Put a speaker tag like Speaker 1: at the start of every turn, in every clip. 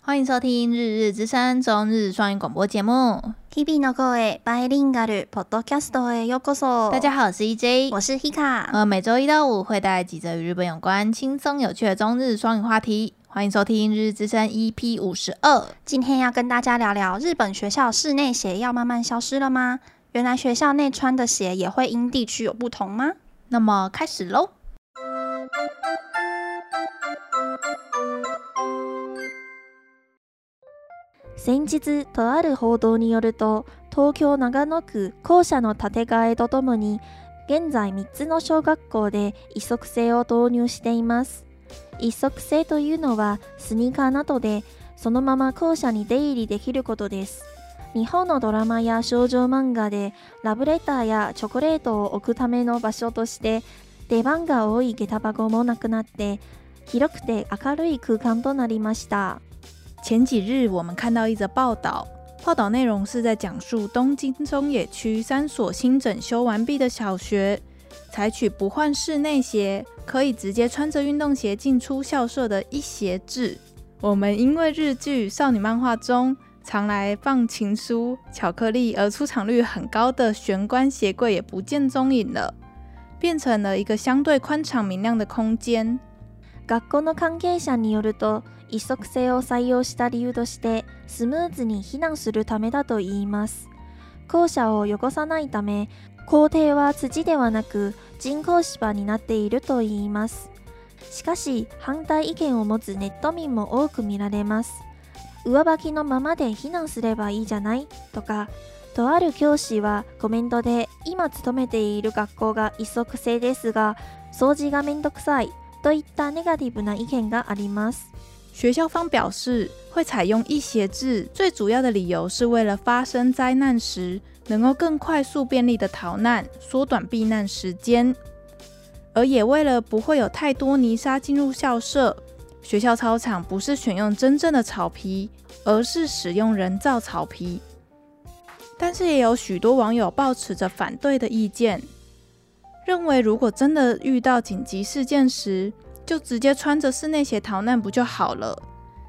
Speaker 1: 欢迎收听《日日之声》中日双语广播节目。
Speaker 2: TB の声バイリンガルポッドキャストへようこそ。
Speaker 1: 大家好，我是 EJ，
Speaker 2: 我是 Hika。
Speaker 1: 呃，每周一到五会带来几则与日本有关、轻松有趣的中日双语话题。欢迎收听《日日之声》EP 五十二。
Speaker 2: 今天要跟大家聊聊日本学校室内鞋要慢慢消失了吗？原来学校内穿的鞋也会因地区有不同吗？
Speaker 1: 那么开始喽。
Speaker 3: 先日とある報道によると東京長野区校舎の建て替えとともに現在3つの小学校で一足制を導入しています一足制というのはスニーカーなどでそのまま校舎に出入りできることです日本のドラマや少女漫画でラブレターやチョコレートを置くための場所として出番が多い下駄箱もなくなって広くて明るい空間となりました
Speaker 1: 前几日我们看到一则报道，报道内容是在讲述东京中野区三所新整修完毕的小学，采取不换室内鞋，可以直接穿着运动鞋进出校舍的一鞋制。我们因为日剧、少女漫画中常来放情书、巧克力而出场率很高的玄关鞋柜也不见踪影了，变成了一个相对宽敞明亮的空间。
Speaker 3: 学校の関係者によると一足制を採用した理由としてスムーズに避難するためだといいます校舎を汚さないため校庭は土ではなく人工芝になっているといいますしかし反対意見を持つネット民も多く見られます上履きのままで避難すればいいじゃないとかとある教師はコメントで今勤めている学校が一足制ですが掃除がめんどくさいといったネガティブな意見があります
Speaker 1: 学校方表示，会采用一鞋制，最主要的理由是为了发生灾难时能够更快速便利的逃难，缩短避难时间，而也为了不会有太多泥沙进入校舍。学校操场不是选用真正的草皮，而是使用人造草皮。但是也有许多网友抱持着反对的意见，认为如果真的遇到紧急事件时，就直接穿着室内鞋逃难不就好了？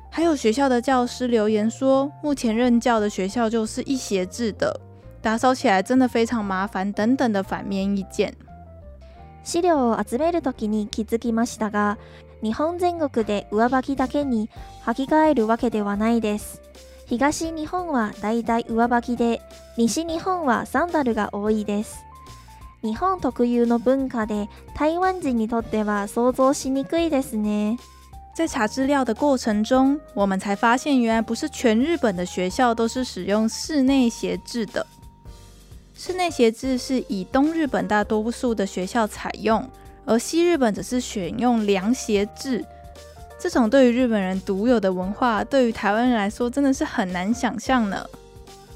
Speaker 1: 还有学校的教师留言说，目前任教的学校就是一鞋制的，打扫起来真的非常麻烦等等的反面意见。
Speaker 3: 資料を集めるときに気づきましたが日本全国で上履きだけに履き替えるわけではないです東日本はだいたい上履きで西日本はサンダルが多いです日本特有の文化で台湾人にとっては想像しにくいですね
Speaker 1: 在查资料的过程中，我们才发现，原来不是全日本的学校都是使用室内鞋制的。室内鞋制是以东日本大多数的学校采用，而西日本则是选用凉鞋制。这种对于日本人独有的文化，对于台湾人来说真的是很难想象呢。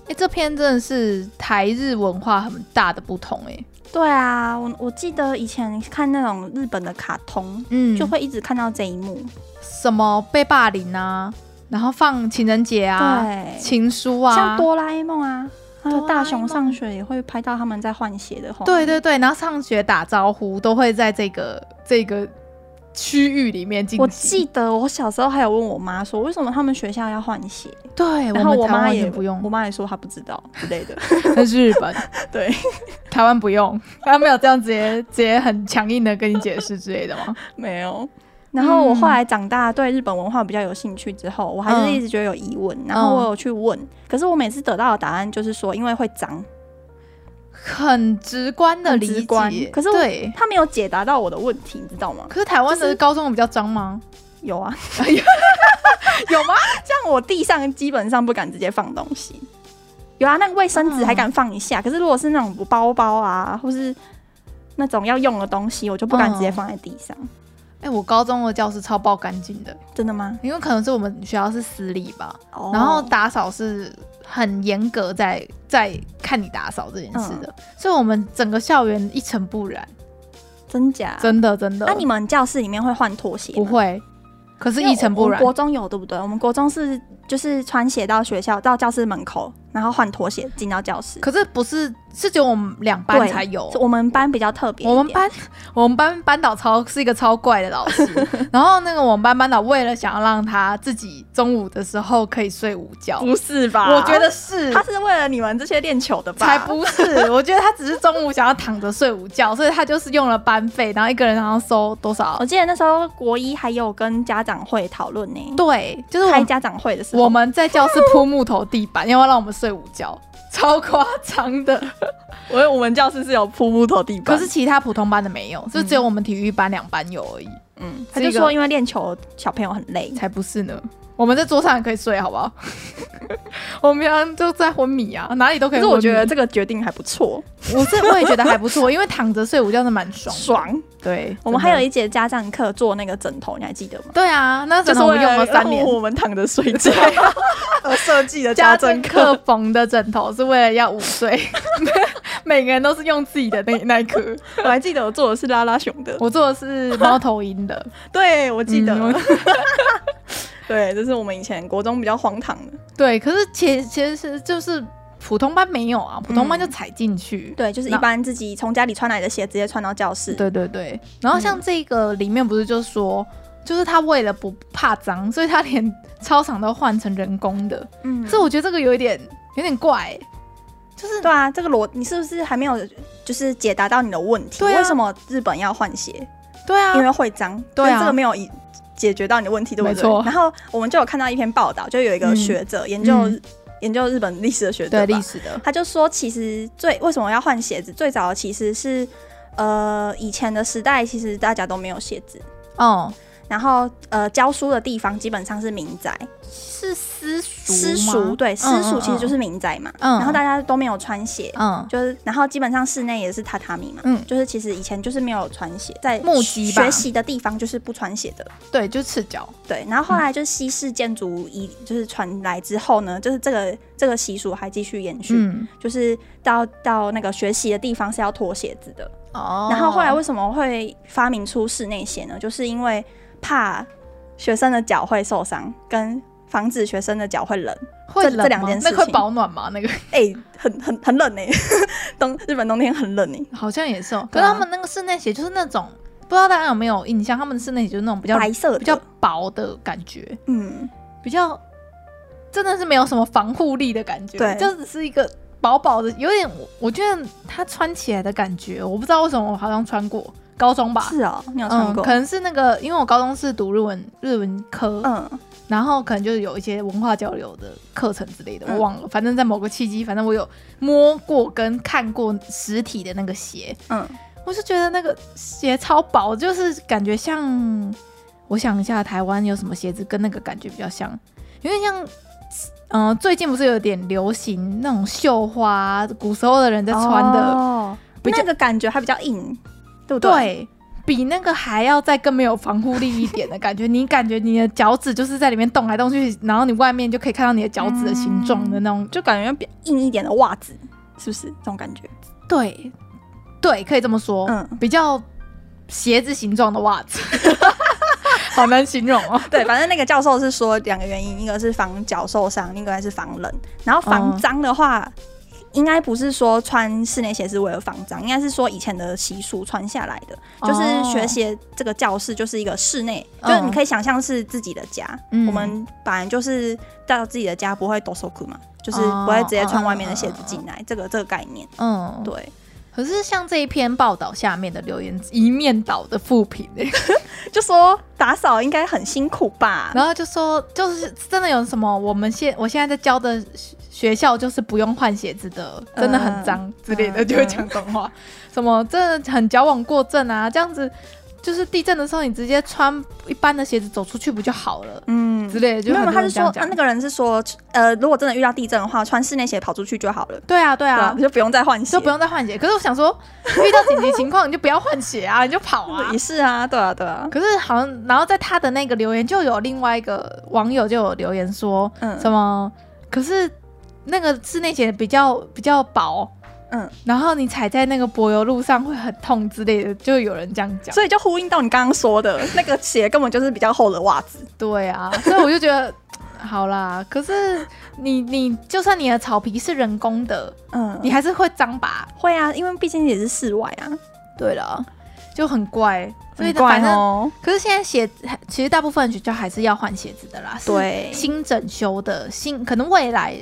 Speaker 1: 哎，这篇真的是台日文化很大的不同哎、
Speaker 2: 对啊，我我记得以前看那种日本的卡通，
Speaker 1: 嗯
Speaker 2: 就会一直看到这一幕。
Speaker 1: 什么被霸凌啊，然后放情人节啊、
Speaker 2: 对，
Speaker 1: 情书啊，
Speaker 2: 像哆啦 A 梦啊，还有
Speaker 1: 哆啦 A
Speaker 2: 大
Speaker 1: 梦
Speaker 2: 雄上学也会拍到他们在换鞋的画面。
Speaker 1: 对对对，然后上学打招呼都会在这个这个区域里面进行。
Speaker 2: 我记得我小时候还有问我妈说，为什么他们学校要换鞋？
Speaker 1: 对，
Speaker 2: 然后
Speaker 1: 们
Speaker 2: 哎我
Speaker 1: 台湾
Speaker 2: 妈
Speaker 1: 完
Speaker 2: 也
Speaker 1: 全不
Speaker 2: 我
Speaker 1: 用，
Speaker 2: 妈也说她不知道之类 的。
Speaker 1: 那是 日本，
Speaker 2: 对，
Speaker 1: 台湾不用，台湾没有这样直接直接很强硬的跟你解释之类的吗？
Speaker 2: 没有。然后我后
Speaker 1: 嗯
Speaker 2: 来长大，对日本文化比较有兴趣之后，我还是一直觉得有疑问，然后我有去问，可是我每次得到的答案就是说，因为会脏，
Speaker 1: 很直观的
Speaker 2: 很
Speaker 1: 理
Speaker 2: 直
Speaker 1: 解，
Speaker 2: 观可是我
Speaker 1: 对，
Speaker 2: 他没有解答到我的问题，你知道吗？
Speaker 1: 可是台湾
Speaker 2: 就
Speaker 1: 的
Speaker 2: 是
Speaker 1: 高中比较脏吗？
Speaker 2: 有啊，
Speaker 1: 有吗？
Speaker 2: 像我地上基本上不敢直接放东西，有啊，那个卫生纸还敢放一下，可是如果是那种包包啊，或是那种要用的东西，我就不敢直接放在地上。
Speaker 1: 哎、我高中的教室超爆干净的，
Speaker 2: 真的吗？
Speaker 1: 因为可能是我们学校是私立吧，
Speaker 2: 哦
Speaker 1: 然后打扫是很严格在在看你打扫这件事的，所以我们整个校园一尘不染，啊
Speaker 2: 真假？啊
Speaker 1: 真的真的。
Speaker 2: 那、你们教室里面会换拖鞋吗？
Speaker 1: 不会？可是，
Speaker 2: 因为
Speaker 1: 一尘
Speaker 2: 我
Speaker 1: 不
Speaker 2: 们
Speaker 1: 染。
Speaker 2: 国中有对不对？我们国中是就是穿鞋到学校到教室门口，然后换拖鞋进到教室。
Speaker 1: 可是不是是只有我们两班
Speaker 2: 对，
Speaker 1: 才有
Speaker 2: 是，我们班比较特别一点。
Speaker 1: 我们班 我们班班导超是一个超怪的老师，然后那个我们班班导为了想要让他自己中午的时候可以睡午觉，
Speaker 2: 不是吧？
Speaker 1: 我觉得是
Speaker 2: 他。是为了你们这些练球的吧？
Speaker 1: 才不是， 我觉得他只是中午想要躺着睡午觉，所以他就是用了班费，然后一个人然后收多少
Speaker 2: 我？记得那时候国一还有跟家长会讨论呢，
Speaker 1: 对，就是我
Speaker 2: 开
Speaker 1: 们
Speaker 2: 家长会的时候，
Speaker 1: 我们在教室铺木头地板，要不要让我们睡午觉？ 超夸张的。
Speaker 2: 我我们教室是有铺木头地
Speaker 1: 可
Speaker 2: 板，
Speaker 1: 是其他普通班的没有，就只有我们体育班两班有而已。
Speaker 2: 嗯，
Speaker 1: 是
Speaker 2: 他
Speaker 1: 一个
Speaker 2: 就说因为练球小朋友很累，
Speaker 1: 才不是呢！我们在桌上也可以睡，好不好？ 我们平常就在昏迷啊，哪里都可
Speaker 2: 可
Speaker 1: 以
Speaker 2: 是
Speaker 1: 昏迷。
Speaker 2: 我 觉得这个决定还不错，
Speaker 1: 我是我也觉得还不错，因为躺着睡午觉真的蛮爽。
Speaker 2: 爽。
Speaker 1: 对，
Speaker 2: 我们还有
Speaker 1: 一
Speaker 2: 一节家长课做那个枕头，你还记得吗？
Speaker 1: 对啊，那枕头我
Speaker 2: 为
Speaker 1: 们用了三年
Speaker 2: 让。我们躺着睡 觉而呃设计 的
Speaker 1: 家
Speaker 2: 家
Speaker 1: 政
Speaker 2: 政
Speaker 1: 课
Speaker 2: 课，
Speaker 1: 缝的枕头是为了要午睡， 每个人都是用自己的那那一颗。
Speaker 2: 我还记得我做的是拉拉熊的，
Speaker 1: 我做的是猫头鹰的，
Speaker 2: 对哦我记得
Speaker 1: 嗯。
Speaker 2: 对，这是我们以前国中比较荒唐的。
Speaker 1: 对，可是其其实是就是普通班没有啊，普通班就踩进去。
Speaker 2: 对，就是一
Speaker 1: 那
Speaker 2: 般自己从家里穿来的鞋直接穿到教室。
Speaker 1: 对对对，然后像这个里面不是就说，就是他为了不怕脏，所以他连操场都换成人工的。
Speaker 2: 嗯
Speaker 1: 这我觉得这个有一点有点怪欸、就是
Speaker 2: 对啊，这个逻你是不是还没有就是解答到你的问题？
Speaker 1: 对啊
Speaker 2: 为什么日本要换鞋？
Speaker 1: 对
Speaker 2: 因为
Speaker 1: 啊，
Speaker 2: 会脏。
Speaker 1: 对啊
Speaker 2: 但这个没有一解决到你的问题，对不
Speaker 1: 没
Speaker 2: 对
Speaker 1: 错？
Speaker 2: 然后我们就有看到一篇报道，就有一个
Speaker 1: 嗯
Speaker 2: 学者、研究、
Speaker 1: 嗯
Speaker 2: 研究日本历史的学者
Speaker 1: 对
Speaker 2: 吧，
Speaker 1: 历史的，
Speaker 2: 他就说，其实最为什么要换鞋子，最早其实是呃以前的时代，其实大家都没有鞋子。
Speaker 1: 哦、
Speaker 2: 然后，呃，教书的地方基本上是民宅，
Speaker 1: 是私塾
Speaker 2: 私
Speaker 1: 吗
Speaker 2: 塾对，私塾其实就，
Speaker 1: 嗯
Speaker 2: 是民宅嘛。
Speaker 1: 嗯
Speaker 2: 然后大家都没有穿鞋，
Speaker 1: 嗯
Speaker 2: 就是，然后基本上室内也是榻榻米嘛，
Speaker 1: 嗯
Speaker 2: 就是其实以前就是没有穿鞋，在
Speaker 1: 木屐吧
Speaker 2: 学习的地方就是不穿鞋的，
Speaker 1: 嗯对，就赤脚，
Speaker 2: 对。然后后来就是西式建筑一就是传来之后呢，就是这个这个习俗还继续延续，
Speaker 1: 嗯，
Speaker 2: 就是到到那个学习的地方是要脱鞋子的。
Speaker 1: 哦
Speaker 2: 然后后来为什么会发明出室内鞋呢？就是因为怕学生的脚会受伤，跟防止学生的脚会冷。
Speaker 1: 会
Speaker 2: 这
Speaker 1: 冷
Speaker 2: 这两
Speaker 1: 吗
Speaker 2: 件
Speaker 1: 那
Speaker 2: 事
Speaker 1: 会
Speaker 2: 情
Speaker 1: 保暖吗？那个
Speaker 2: 哎、很很很冷哎、 冬日本冬天很冷哎、
Speaker 1: 好像也是哦，可
Speaker 2: 对
Speaker 1: 是
Speaker 2: 啊
Speaker 1: 他们那个室内鞋就是那种。不知道大家有没有印象，他们的室内鞋就是那种比较
Speaker 2: 白色的
Speaker 1: 比较薄的感觉，
Speaker 2: 嗯，
Speaker 1: 比较真的是没有什么防护力的感觉，
Speaker 2: 对
Speaker 1: 就只是一个薄薄的，有点我我觉得它穿起来的感觉，我不知道为什么我好像穿过高中吧，
Speaker 2: 是哦，你有穿
Speaker 1: 嗯，
Speaker 2: 过？
Speaker 1: 可能是那个因为我高中是读日文日文科，
Speaker 2: 嗯，
Speaker 1: 然后可能就是有一些文化交流的课程之类的，
Speaker 2: 嗯
Speaker 1: 我忘了，反正在某个契机，反正我有摸过跟看过实体的那个鞋，
Speaker 2: 嗯，
Speaker 1: 我是觉得那个鞋超薄，就是感觉像，我想一下，台湾有什么鞋子跟那个感觉比较像，有点像，嗯、最近不是有点流行那种绣花，古时候的人在穿的，
Speaker 2: 哦、
Speaker 1: 比较
Speaker 2: 那个感觉还比较硬，对不对？
Speaker 1: 对。比那个还要再更没有防护力一点的感觉，你感觉你的脚趾就是在里面动来动去，然后你外面就可以看到你的脚趾的形状的那种，
Speaker 2: 就感觉比较硬一点的袜子，是不是这种感觉？
Speaker 1: 对，对，可以这么说，
Speaker 2: 嗯
Speaker 1: 比较鞋子形状的袜子， 好难形容哦。
Speaker 2: 对，反正那个教授是说两个原因，一个是防脚受伤，另一个是防冷。然后防
Speaker 1: 嗯
Speaker 2: 脏的话，应该不是说穿室内鞋是为了防脏，应该是说以前的习俗传下来的，就是学鞋这个教室就是一个室内，
Speaker 1: 哦嗯
Speaker 2: 就是你可以想象是自己的家。
Speaker 1: 嗯
Speaker 2: 我们本来就是到自己的家不会哆嗦裤嘛，就是
Speaker 1: 哦
Speaker 2: 不会直接穿外面的鞋子进来，这个这个概念。
Speaker 1: 嗯，对。
Speaker 2: 对，
Speaker 1: 可是像这一篇报道下面的留言，一面倒的负 评、欸，
Speaker 2: 就说打扫应该很辛苦吧？
Speaker 1: 然后就说就是真的有什么，我们现我现在在教的学学校就是不用换鞋子的，真的很脏之类的，
Speaker 2: 嗯
Speaker 1: 就会讲这种话，什么真的很矫枉过正啊，这样子就是地震的时候你直接穿一般的鞋子走出去不就好了？
Speaker 2: 嗯
Speaker 1: 之类的，就
Speaker 2: 没
Speaker 1: 很
Speaker 2: 有，
Speaker 1: 多
Speaker 2: 他
Speaker 1: 人
Speaker 2: 是
Speaker 1: 这
Speaker 2: 说，
Speaker 1: 样
Speaker 2: 他
Speaker 1: 讲
Speaker 2: 那。个人是说，呃，如果真的遇到地震的话，穿室内鞋跑出去就好了，
Speaker 1: 对啊，对
Speaker 2: 对
Speaker 1: 啊
Speaker 2: 啊，，就不用再换鞋，
Speaker 1: 就不用再换鞋。可是我想说，遇到紧急情况你就不要换鞋啊，你就跑啊
Speaker 2: 对。也是啊，对啊，对啊，
Speaker 1: 可是好像，然后在他的那个留言就有另外一个网友就有留言说
Speaker 2: 嗯，
Speaker 1: 什么，可是那个室内鞋比较比较薄，
Speaker 2: 嗯，
Speaker 1: 然后你踩在那个柏油路上会很痛之类的，就有人这样讲。
Speaker 2: 所以就呼应到你刚刚说的那个鞋根本就是比较厚的袜子，
Speaker 1: 对啊，所以我就觉得， 好啦，可是你你就算你的草皮是人工的，
Speaker 2: 嗯，
Speaker 1: 你
Speaker 2: 你
Speaker 1: 还是会脏吧？
Speaker 2: 会啊，因为毕竟也是室外啊，
Speaker 1: 对了，就很怪，所以
Speaker 2: 很怪
Speaker 1: 反正。
Speaker 2: 哦。
Speaker 1: 可是现在鞋，其实大部分学校还是要换鞋子的啦。是
Speaker 2: 对，
Speaker 1: 新整修的新，可能未来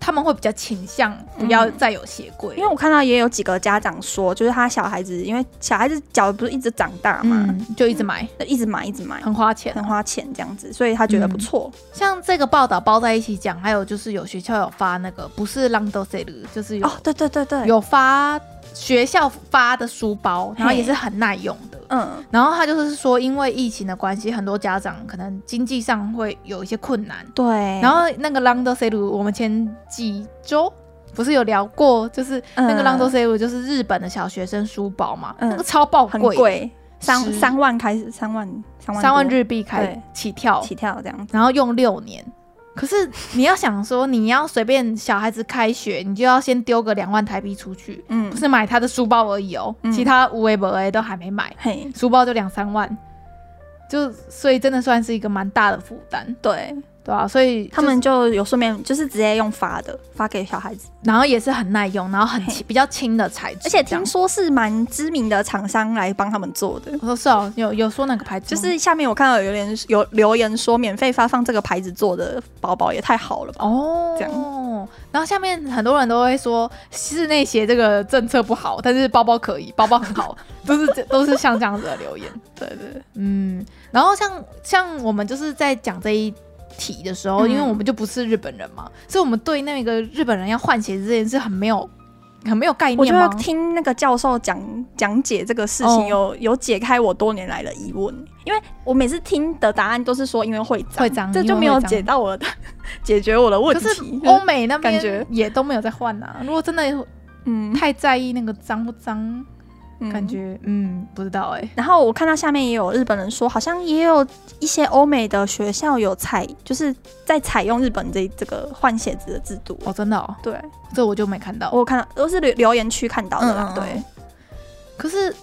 Speaker 1: 他们会比较倾向不要再有鞋柜，
Speaker 2: 因为我看到也有几个家长说，就是他小孩子，因为小孩子脚不是一直长大嘛，
Speaker 1: 嗯，就一直买，
Speaker 2: 就一直买一直买，
Speaker 1: 很花钱
Speaker 2: 很。花钱这样子，所以他觉得不错。
Speaker 1: 像这个报道包在一起讲，还有就是有学校有发那个不是浪豆 C 的，就是有、
Speaker 2: 哦，对对对对，
Speaker 1: 有发学校发的书包，然后
Speaker 2: 嘿
Speaker 1: 也是很耐用的。
Speaker 2: 嗯
Speaker 1: 然后他就是说，因为疫情的关系，很多家长可能经济上会有一些困难。
Speaker 2: 对，
Speaker 1: 然后那个浪豆 C 鲁，我们前几周不是有聊过，就是那个
Speaker 2: 嗯
Speaker 1: 浪豆 C 鲁就是日本的小学生书包嘛，
Speaker 2: 嗯
Speaker 1: 那个超爆
Speaker 2: 很
Speaker 1: 贵，
Speaker 2: 贵，三
Speaker 1: 十
Speaker 2: 三万开始，三万三万
Speaker 1: 三万
Speaker 2: 多
Speaker 1: 日币开
Speaker 2: 对
Speaker 1: 起跳，
Speaker 2: 起跳这样子。
Speaker 1: 然后用六年。可是你要想说，你要随便小孩子开学，你就要先丢个两万台币出去，
Speaker 2: 嗯
Speaker 1: 不，是买他的书包而已哦，
Speaker 2: 嗯
Speaker 1: 其他无为不为都还没买，
Speaker 2: 嘿，
Speaker 1: 书包就两三万，就所以真的算是一个蛮大的负担，
Speaker 2: 对
Speaker 1: 对啊，所以、
Speaker 2: 他们就有顺便就是直接用发的发给小孩子，
Speaker 1: 然后也是很耐用，然后很轻比较轻的材质，
Speaker 2: 而且
Speaker 1: 这样
Speaker 2: 听说是蛮知名的厂商来帮他们做的。
Speaker 1: 我说是哦，有有说哪个牌子
Speaker 2: 就
Speaker 1: 吗，
Speaker 2: 是下面我看到有人有留言说，免费发放这个牌子做的包包也太好了吧？
Speaker 1: 哦
Speaker 2: 这样
Speaker 1: 然后下面很多人都会说室内鞋这个政策不好，但是包包可以，包包很 好，都是这都是像这样子的留言。
Speaker 2: 对对，
Speaker 1: 嗯，然后像像我们就是在讲这一题的时候，
Speaker 2: 嗯
Speaker 1: 因为我们就不是日本人嘛，所以我们对那个日本人要换鞋子这件事很没有很没有概
Speaker 2: 我
Speaker 1: 念
Speaker 2: 觉
Speaker 1: 吗
Speaker 2: 得？听那个教授讲讲解这个事情
Speaker 1: 哦
Speaker 2: 有，有、解开我多年来的疑问，因为我每次听的答案都是说因为会长，
Speaker 1: 会长
Speaker 2: 这
Speaker 1: 因
Speaker 2: 就
Speaker 1: 为
Speaker 2: 没有
Speaker 1: 会长
Speaker 2: 解到我的 解决我的问
Speaker 1: 可是
Speaker 2: 题。嗯
Speaker 1: 欧美那
Speaker 2: 感觉
Speaker 1: 边也都没有在换啊。如果真的
Speaker 2: 嗯，
Speaker 1: 太在意那个脏不脏，
Speaker 2: 嗯
Speaker 1: 感。觉嗯不知道哎、
Speaker 2: 然后我看到下面也有日本人说，好像也有一些欧美的学校有采，就是在采用日本这这个换鞋子的制度。
Speaker 1: 哦，真的哦，
Speaker 2: 对，
Speaker 1: 这我就没看到。
Speaker 2: 我有看到都是留留言区看到的
Speaker 1: 嗯嗯
Speaker 2: 啦。
Speaker 1: 嗯
Speaker 2: 对，
Speaker 1: 可是，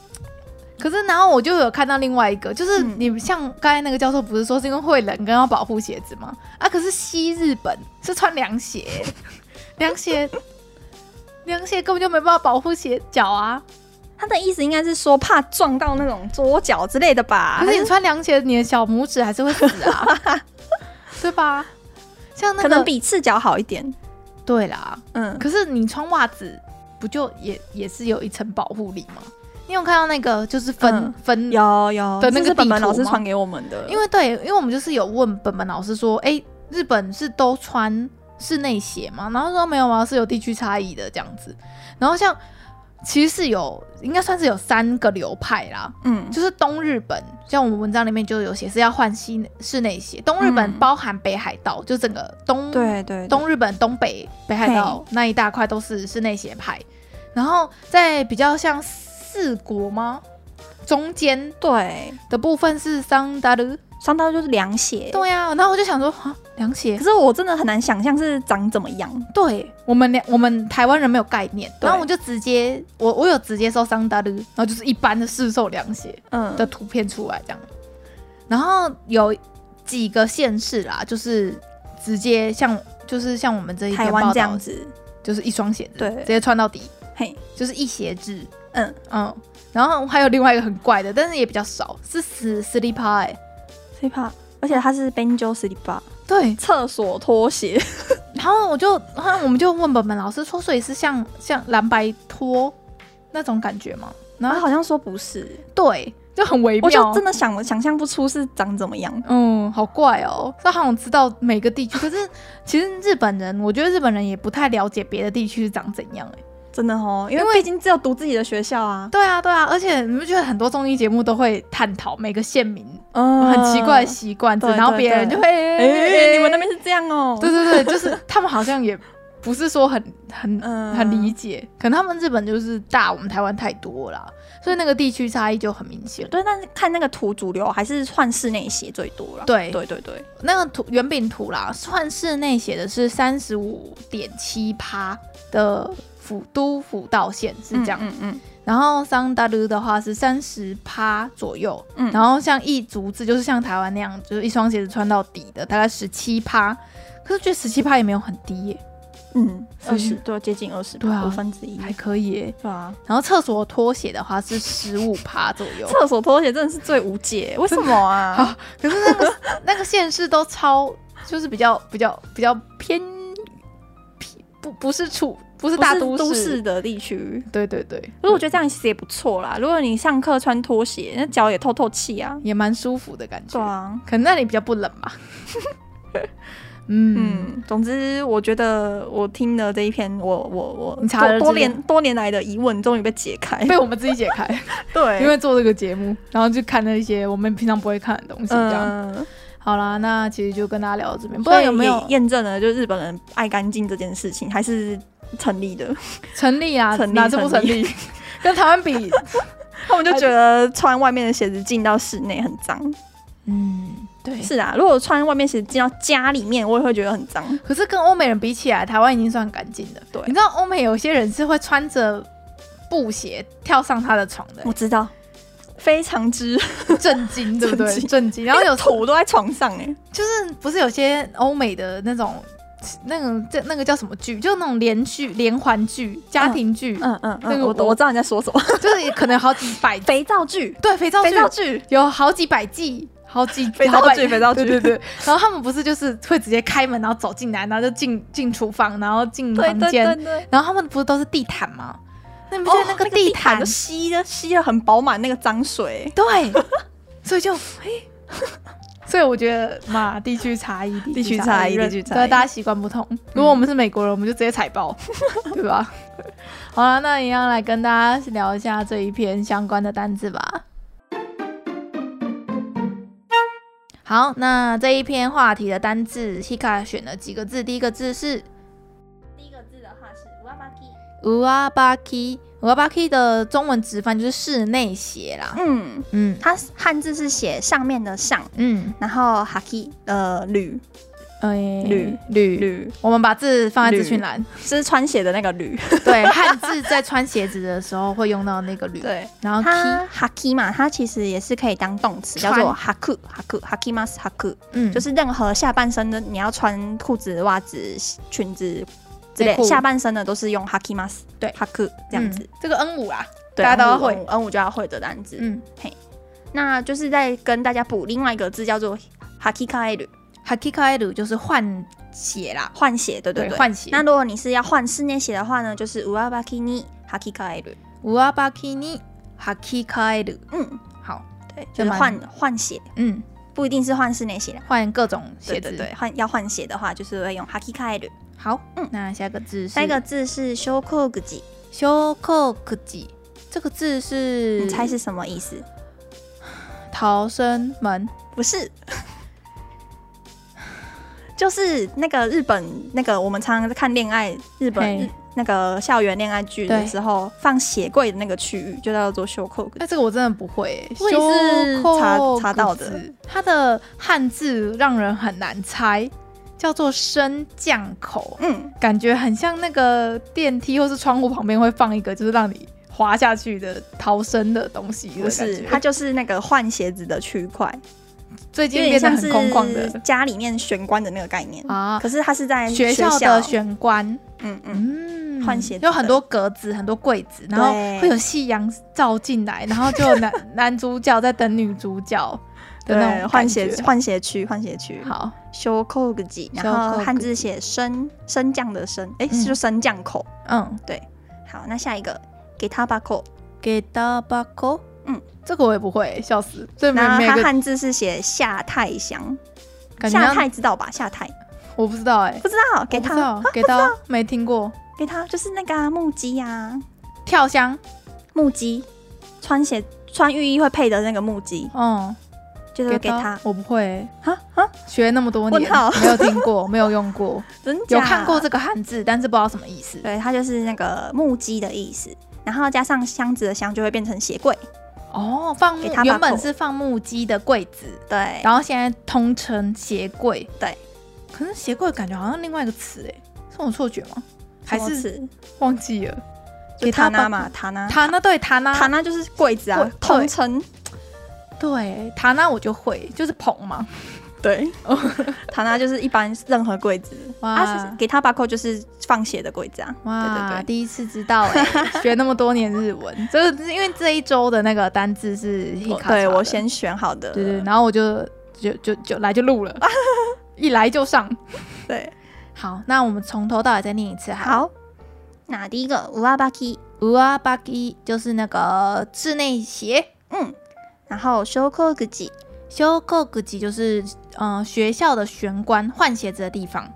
Speaker 1: 可是，然后我就有看到另外一个，就是
Speaker 2: 嗯
Speaker 1: 你像刚才那个教授不是说是因为会冷跟要保护鞋子吗？啊，可是西日本是穿凉鞋，欸 凉鞋，凉鞋根本就没办法保护鞋脚啊。
Speaker 2: 他的意思应该是说怕撞到那种桌角之类的吧？
Speaker 1: 可是你穿凉鞋，你的小拇指还是会死 啊，对吧？像那
Speaker 2: 可能
Speaker 1: 个
Speaker 2: 比赤脚好一点。
Speaker 1: 对啦，
Speaker 2: 嗯，
Speaker 1: 可是你穿袜子不就也也是有一层保护力吗？你有看到那个就是分、
Speaker 2: 嗯
Speaker 1: 分
Speaker 2: 有有
Speaker 1: 的那
Speaker 2: 这
Speaker 1: 个
Speaker 2: 是本
Speaker 1: 地
Speaker 2: 本
Speaker 1: 图
Speaker 2: 老师
Speaker 1: 吗
Speaker 2: 传给我们的，
Speaker 1: 因为对，因为我们就是有问本本老师说，哎、日本是都穿室内鞋吗？然后说没有啊，是有地区差异的这样子。然后像其实是有，应该算是有三个流派啦，
Speaker 2: 嗯
Speaker 1: 就是东日本，像我们文章里面就有写是要换西室内鞋。东日本
Speaker 2: 嗯
Speaker 1: 包含北海道，就整个东
Speaker 2: 对对
Speaker 1: 东日本东北北海道那一大块都是室内鞋派，然后在比较像四国吗？中间
Speaker 2: 对，
Speaker 1: 的部分是桑达鲁。
Speaker 2: 上到就是凉鞋。
Speaker 1: 对呀、然后我就想说，啊，凉鞋
Speaker 2: 可，是我真的很难想象是长怎么样。
Speaker 1: 对我们两我们台湾人没有概念，
Speaker 2: 对
Speaker 1: 然后我就直接我我有直接搜桑达鲁，然后就是一般的市售凉鞋
Speaker 2: 嗯，
Speaker 1: 的图片出来这样，然后有几个县市啦，就是直接像就是像我们这一
Speaker 2: 台
Speaker 1: 篇报
Speaker 2: 湾
Speaker 1: 道
Speaker 2: 这样，子，
Speaker 1: 就是一双鞋子，
Speaker 2: 对
Speaker 1: 直接穿到底，
Speaker 2: 嘿，
Speaker 1: 就是一鞋制，
Speaker 2: 嗯
Speaker 1: 嗯，然后还有另外一个很怪的，但是也比较少，是死死里趴哎，
Speaker 2: 所以怕，而且它是 Benjo Slipper
Speaker 1: 对，
Speaker 2: 厕所拖鞋，
Speaker 1: 然后我就，然后我们就问本本老师说，所以是像像蓝白拖那种感觉吗？然
Speaker 2: 然
Speaker 1: 后
Speaker 2: 啊后好像说不是，
Speaker 1: 对，就很微
Speaker 2: 我
Speaker 1: 妙
Speaker 2: 就真。的想想象不出是长怎么样。
Speaker 1: 嗯，好怪哦，他好像知道每个地区，可是其实日本人，我觉得日本人也不太了解别的地区是长怎样哎。
Speaker 2: 真的哦，因为毕竟只有读自己的学校啊，
Speaker 1: 对啊，对啊，而且你不觉得很多综艺节目都会探讨每个县民
Speaker 2: 嗯
Speaker 1: 很奇怪的习惯之，
Speaker 2: 对
Speaker 1: 然后
Speaker 2: 对
Speaker 1: 别人就
Speaker 2: 对
Speaker 1: 会，哎
Speaker 2: 哎、你们那边是这样哦，
Speaker 1: 对对对，就是他们好像也不是说很 很
Speaker 2: 嗯
Speaker 1: 很理解，可能他们日本就是大我们台湾太多啦，所以那个地区差异就很明显。
Speaker 2: 对，但是看那个图主流还是换室内鞋最多了。
Speaker 1: 对
Speaker 2: 对对对，
Speaker 1: 那个图圆饼图啦，算室内写的是三十五点七趴的府都府道县是这样。
Speaker 2: 嗯嗯
Speaker 1: 然后桑达鲁的话是三十趴左右，
Speaker 2: 嗯
Speaker 1: 然后像一足字就是像台湾那样，就是一双鞋子穿到底的，大概十七趴。可是觉得十七趴也没有很低耶，
Speaker 2: 嗯，
Speaker 1: 所
Speaker 2: 二
Speaker 1: 以
Speaker 2: 十对，接近二十，
Speaker 1: 对啊
Speaker 2: 五分之一，
Speaker 1: 还可以耶。
Speaker 2: 对啊。
Speaker 1: 然后厕所拖鞋的话是十五趴左右，
Speaker 2: 厕所拖鞋真的是最无 解，为什么啊？
Speaker 1: 可是那个那个县市都超，就是比较比较比较偏偏不不是处不是
Speaker 2: 不
Speaker 1: 大
Speaker 2: 是
Speaker 1: 都
Speaker 2: 都市的地区，嗯
Speaker 1: 对对对，
Speaker 2: 可是我觉得这样其实也不错啦。如果你上课穿拖鞋，那脚也透透气啊。
Speaker 1: 也蛮舒服的感觉。
Speaker 2: 对啊，
Speaker 1: 可能那里比较不冷 吧。嗯，
Speaker 2: 嗯，总之我觉得我听了这一篇，我我我
Speaker 1: 你查了这
Speaker 2: 多多
Speaker 1: 个
Speaker 2: 年多年来的疑问终于被解开。
Speaker 1: 被我们自己解开，
Speaker 2: 对，
Speaker 1: 因为做这个节目，然后就看了一些我们平常不会看的东西。这样、
Speaker 2: 嗯，
Speaker 1: 好啦，那其实就跟大家聊到这边，不
Speaker 2: 不
Speaker 1: 知道有没有
Speaker 2: 验证了，就是日本人爱干净这件事情还是成立的。
Speaker 1: 成立啊？
Speaker 2: 成立
Speaker 1: 哪次不成立？ 跟台湾 比，
Speaker 2: 他们就觉得穿外面的鞋子进到室内很脏。
Speaker 1: 嗯，对。
Speaker 2: 是啊，如果穿外面鞋子进到家里面，我也会觉得很脏。
Speaker 1: 可是跟欧美人比起来，台湾已经算干净的。
Speaker 2: 对
Speaker 1: 你知道欧美有些人是会穿着布鞋跳上他的床的、
Speaker 2: 我知道，非常之，
Speaker 1: 震惊，对不对
Speaker 2: 震？惊
Speaker 1: 震惊。然后 有
Speaker 2: 土都在床上哎、
Speaker 1: 就是不是有些欧美的那种那种这那个叫什么剧，就是那种连续连环剧、家庭剧，
Speaker 2: 嗯嗯
Speaker 1: 那
Speaker 2: 嗯，
Speaker 1: 个
Speaker 2: 我
Speaker 1: 我
Speaker 2: 我知道你在说什么。
Speaker 1: 就是可能好几百
Speaker 2: 肥皂剧，
Speaker 1: 对肥皂
Speaker 2: 肥
Speaker 1: 剧
Speaker 2: 皂剧，
Speaker 1: 有好几百季。好几
Speaker 2: 肥皂
Speaker 1: 好百
Speaker 2: 剧肥皂剧
Speaker 1: 对对对。然后他们不是就是会直接开门，然后走进来，然后就进进厨房，然后进
Speaker 2: 对
Speaker 1: 房
Speaker 2: 对
Speaker 1: 间
Speaker 2: 对，对。
Speaker 1: 然后他们不是都是地毯吗？那你不
Speaker 2: 哦
Speaker 1: 觉得那个地毯、
Speaker 2: 就吸了吸了很饱满那个脏水，
Speaker 1: 对，所以就嘿， 所以我觉得嘛，地区差异，
Speaker 2: 哎地区
Speaker 1: 差
Speaker 2: 差异
Speaker 1: 认
Speaker 2: 地区差
Speaker 1: 对
Speaker 2: 异嗯
Speaker 1: 大家习惯不同。如果我们是美国人，我们就直接踩爆，对吧？好了，那一样来跟大家聊一下这一篇相关的单字吧。好，那这一篇话题的单字，Hika 选了几个字，第一个字是
Speaker 3: 第一个字的话是上履き
Speaker 1: uabaki。uabaki 的中文直翻就是室内鞋啦。
Speaker 2: 嗯，
Speaker 1: 嗯
Speaker 2: 它汉字是写上面的上，
Speaker 1: 嗯，
Speaker 2: 然后 haki 呃履
Speaker 1: 哎、
Speaker 2: 铝
Speaker 1: 铝
Speaker 2: 履
Speaker 1: 我们把字放在资讯栏。
Speaker 2: 是穿鞋的那个履，
Speaker 1: 对，汉字在穿鞋子的时候会用到那个铝。，
Speaker 2: 对，
Speaker 1: 然后 key，
Speaker 2: 它 haki 嘛，它其实也是可以当动词，叫
Speaker 1: 穿
Speaker 2: 做 haku haku haki mas haku，
Speaker 1: 嗯，
Speaker 2: 就是任何下半身的你要穿裤子、袜子、裙子之
Speaker 1: 内
Speaker 2: 类
Speaker 1: 裤，
Speaker 2: 下半身的都是用 haki mas
Speaker 1: 对
Speaker 2: haku 这样子
Speaker 1: 嗯，这个 N 五啦，
Speaker 2: 对
Speaker 1: 大家都要会
Speaker 2: N 五 N 五就要会的单字。
Speaker 1: 嗯
Speaker 2: 那就是在跟大家补另外一个字叫做 haki kaeru
Speaker 1: ，hakikaeru 就是换鞋啦，
Speaker 2: 换鞋，对对
Speaker 1: 对，
Speaker 2: 对。
Speaker 1: 换鞋。
Speaker 2: 那如果你是要换室内鞋的话呢，就是 uabaki ni haki
Speaker 1: 嗯
Speaker 2: kaeru，
Speaker 1: uabaki ni hakikaeru，
Speaker 2: 嗯，
Speaker 1: 好，
Speaker 2: 对，
Speaker 1: 这
Speaker 2: 就是
Speaker 1: 蛮
Speaker 2: 换换鞋，
Speaker 1: 嗯，
Speaker 2: 不一定是换室内鞋啦。
Speaker 1: 换各种鞋
Speaker 2: 对
Speaker 1: 子。
Speaker 2: 对对，换要换鞋的话，就是会用 haki kaeru。
Speaker 1: 好，
Speaker 2: 嗯
Speaker 1: 那下个字是
Speaker 2: 下一个字是 shokoguji，
Speaker 1: shokokuji，这个字是
Speaker 2: 你猜是什么意思？
Speaker 1: 逃生门
Speaker 2: 不是， 就是那个日本那个我们常常在看恋爱日本
Speaker 1: 嘿
Speaker 2: 日那个校园恋爱剧的
Speaker 1: 对
Speaker 2: 时候放鞋柜的那个区域，就叫做 shokoguji。
Speaker 1: 哎，这个我真的不会、欸，
Speaker 2: 我也是查查到的。
Speaker 1: 它的汉字让人很难猜，叫做升降口，
Speaker 2: 嗯，
Speaker 1: 感觉很像那个电梯或是窗户旁边会放一个，就是让你滑下去的逃生的东西的
Speaker 2: 不
Speaker 1: 感
Speaker 2: 是，
Speaker 1: 觉
Speaker 2: 它就是那个换鞋子的区块，
Speaker 1: 最
Speaker 2: 有
Speaker 1: 近
Speaker 2: 点
Speaker 1: 变得
Speaker 2: 像
Speaker 1: 很
Speaker 2: 是
Speaker 1: 空旷的
Speaker 2: 家里面玄关的那个概念。
Speaker 1: 啊。
Speaker 2: 可是它是在
Speaker 1: 学校
Speaker 2: 校
Speaker 1: 的，玄关，
Speaker 2: 嗯嗯，
Speaker 1: 嗯，
Speaker 2: 换鞋子的
Speaker 1: 有很多格子，很多柜子，然后
Speaker 2: 对
Speaker 1: 会有夕阳照进来，然后就有男 男主角在等女主角的那
Speaker 2: 嗯对，
Speaker 1: 种
Speaker 2: 换
Speaker 1: 感
Speaker 2: 鞋
Speaker 1: 觉
Speaker 2: 换鞋区换鞋区。
Speaker 1: 好，
Speaker 2: shokoguji，然后
Speaker 1: shokoguji
Speaker 2: 汉字写升升降的升，哎，
Speaker 1: 嗯
Speaker 2: 是就升降口。
Speaker 1: 嗯，
Speaker 2: 好，那下一个给他把口，
Speaker 1: 给大巴口，
Speaker 2: 嗯，
Speaker 1: 这个我也不会，笑死。这没
Speaker 2: 然后
Speaker 1: 没
Speaker 2: 它
Speaker 1: 个
Speaker 2: 汉字是写下太祥，
Speaker 1: 感觉
Speaker 2: 下
Speaker 1: 像，
Speaker 2: 太知道吧？下太
Speaker 1: 我不知道哎、
Speaker 2: 不知道，给
Speaker 1: 我不知
Speaker 2: 他
Speaker 1: 道给到没听过。
Speaker 2: 给他就是那个啊木屐呀，
Speaker 1: 跳箱，
Speaker 2: 木屐穿鞋穿浴衣会配的那个木屐，
Speaker 1: 嗯，
Speaker 2: 就是给他
Speaker 1: 到我不会、欸，
Speaker 2: 哈哈，
Speaker 1: 学那么多年
Speaker 2: 问号
Speaker 1: 没有听过，没有用 过，
Speaker 2: 真假
Speaker 1: 有看过这个汉字，但是不知道什么意思。
Speaker 2: 对，它就是那个木屐的意思。然后加上箱子的箱就会变成鞋柜，
Speaker 1: 哦，放木
Speaker 2: 给他把
Speaker 1: 原本
Speaker 2: 口
Speaker 1: 是放木屐的柜子，
Speaker 2: 对，
Speaker 1: 然后现在通称鞋柜。
Speaker 2: 对，
Speaker 1: 欸可是鞋柜感觉好像另外一个词哎、是我错觉吗？还
Speaker 2: 什么
Speaker 1: 是
Speaker 2: 词
Speaker 1: 忘记了？
Speaker 2: 就
Speaker 1: 给
Speaker 2: 塔
Speaker 1: 他
Speaker 2: 纳
Speaker 1: 爸
Speaker 2: 嘛，塔纳，
Speaker 1: 塔纳对塔纳，
Speaker 2: 啊塔纳就是柜子啊
Speaker 1: 柜，
Speaker 2: 通称
Speaker 1: 对塔纳我就会，就是捧嘛。
Speaker 2: 对， 塔纳就是一般任何柜子
Speaker 1: 哇、
Speaker 2: 啊，是给他把扣就是放血的柜子啊，
Speaker 1: 哇
Speaker 2: 对对对
Speaker 1: 第一次知道哎、 学那么多年日文，这个因为这一周的那个单字是 h i
Speaker 2: 我
Speaker 1: k
Speaker 2: 对我先选好的，
Speaker 1: 对对，然后我就就就就来就录 了，一来就上。
Speaker 2: 对，
Speaker 1: 好，那我们从头到尾再念一次好了。
Speaker 2: 好，那第一个乌阿巴基，
Speaker 1: u a b a k 就是那个室内鞋
Speaker 2: 嗯，然后修扣自己，
Speaker 1: s h o k o g u 就是嗯、呃学校的玄关换鞋子的地方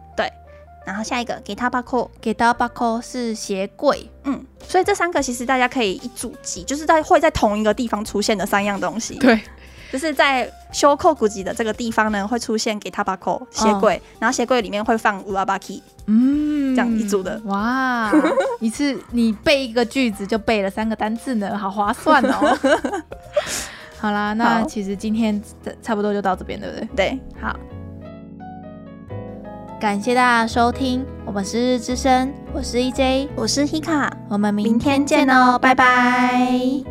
Speaker 2: 然后下一个给他把扣，
Speaker 1: g e t a b a k o 是鞋柜。
Speaker 2: 嗯，所以这三个其实大家可以一组集，就是在会在同一个地方出现的三样东西，
Speaker 1: 对，
Speaker 2: 就是在修扣古吉的这个地方呢，会出现给他把扣鞋柜，然后鞋柜里面会放乌拉巴基，
Speaker 1: 嗯，
Speaker 2: 这样一组的
Speaker 1: 哇，一次你背一个句子就背了三个单字呢，好划算哦。 好啦，那
Speaker 2: 好
Speaker 1: 其实今天这差不多就到这边，对不对？
Speaker 2: 对，
Speaker 1: 好，感谢大家的收听，我们是日之声，我是 EJ，
Speaker 2: 我是 Hika，
Speaker 1: 我们明
Speaker 2: 明
Speaker 1: 天
Speaker 2: 天
Speaker 1: 见
Speaker 2: 见
Speaker 1: 哦，
Speaker 2: 哦，
Speaker 1: 拜
Speaker 2: 拜
Speaker 1: 拜
Speaker 2: 拜。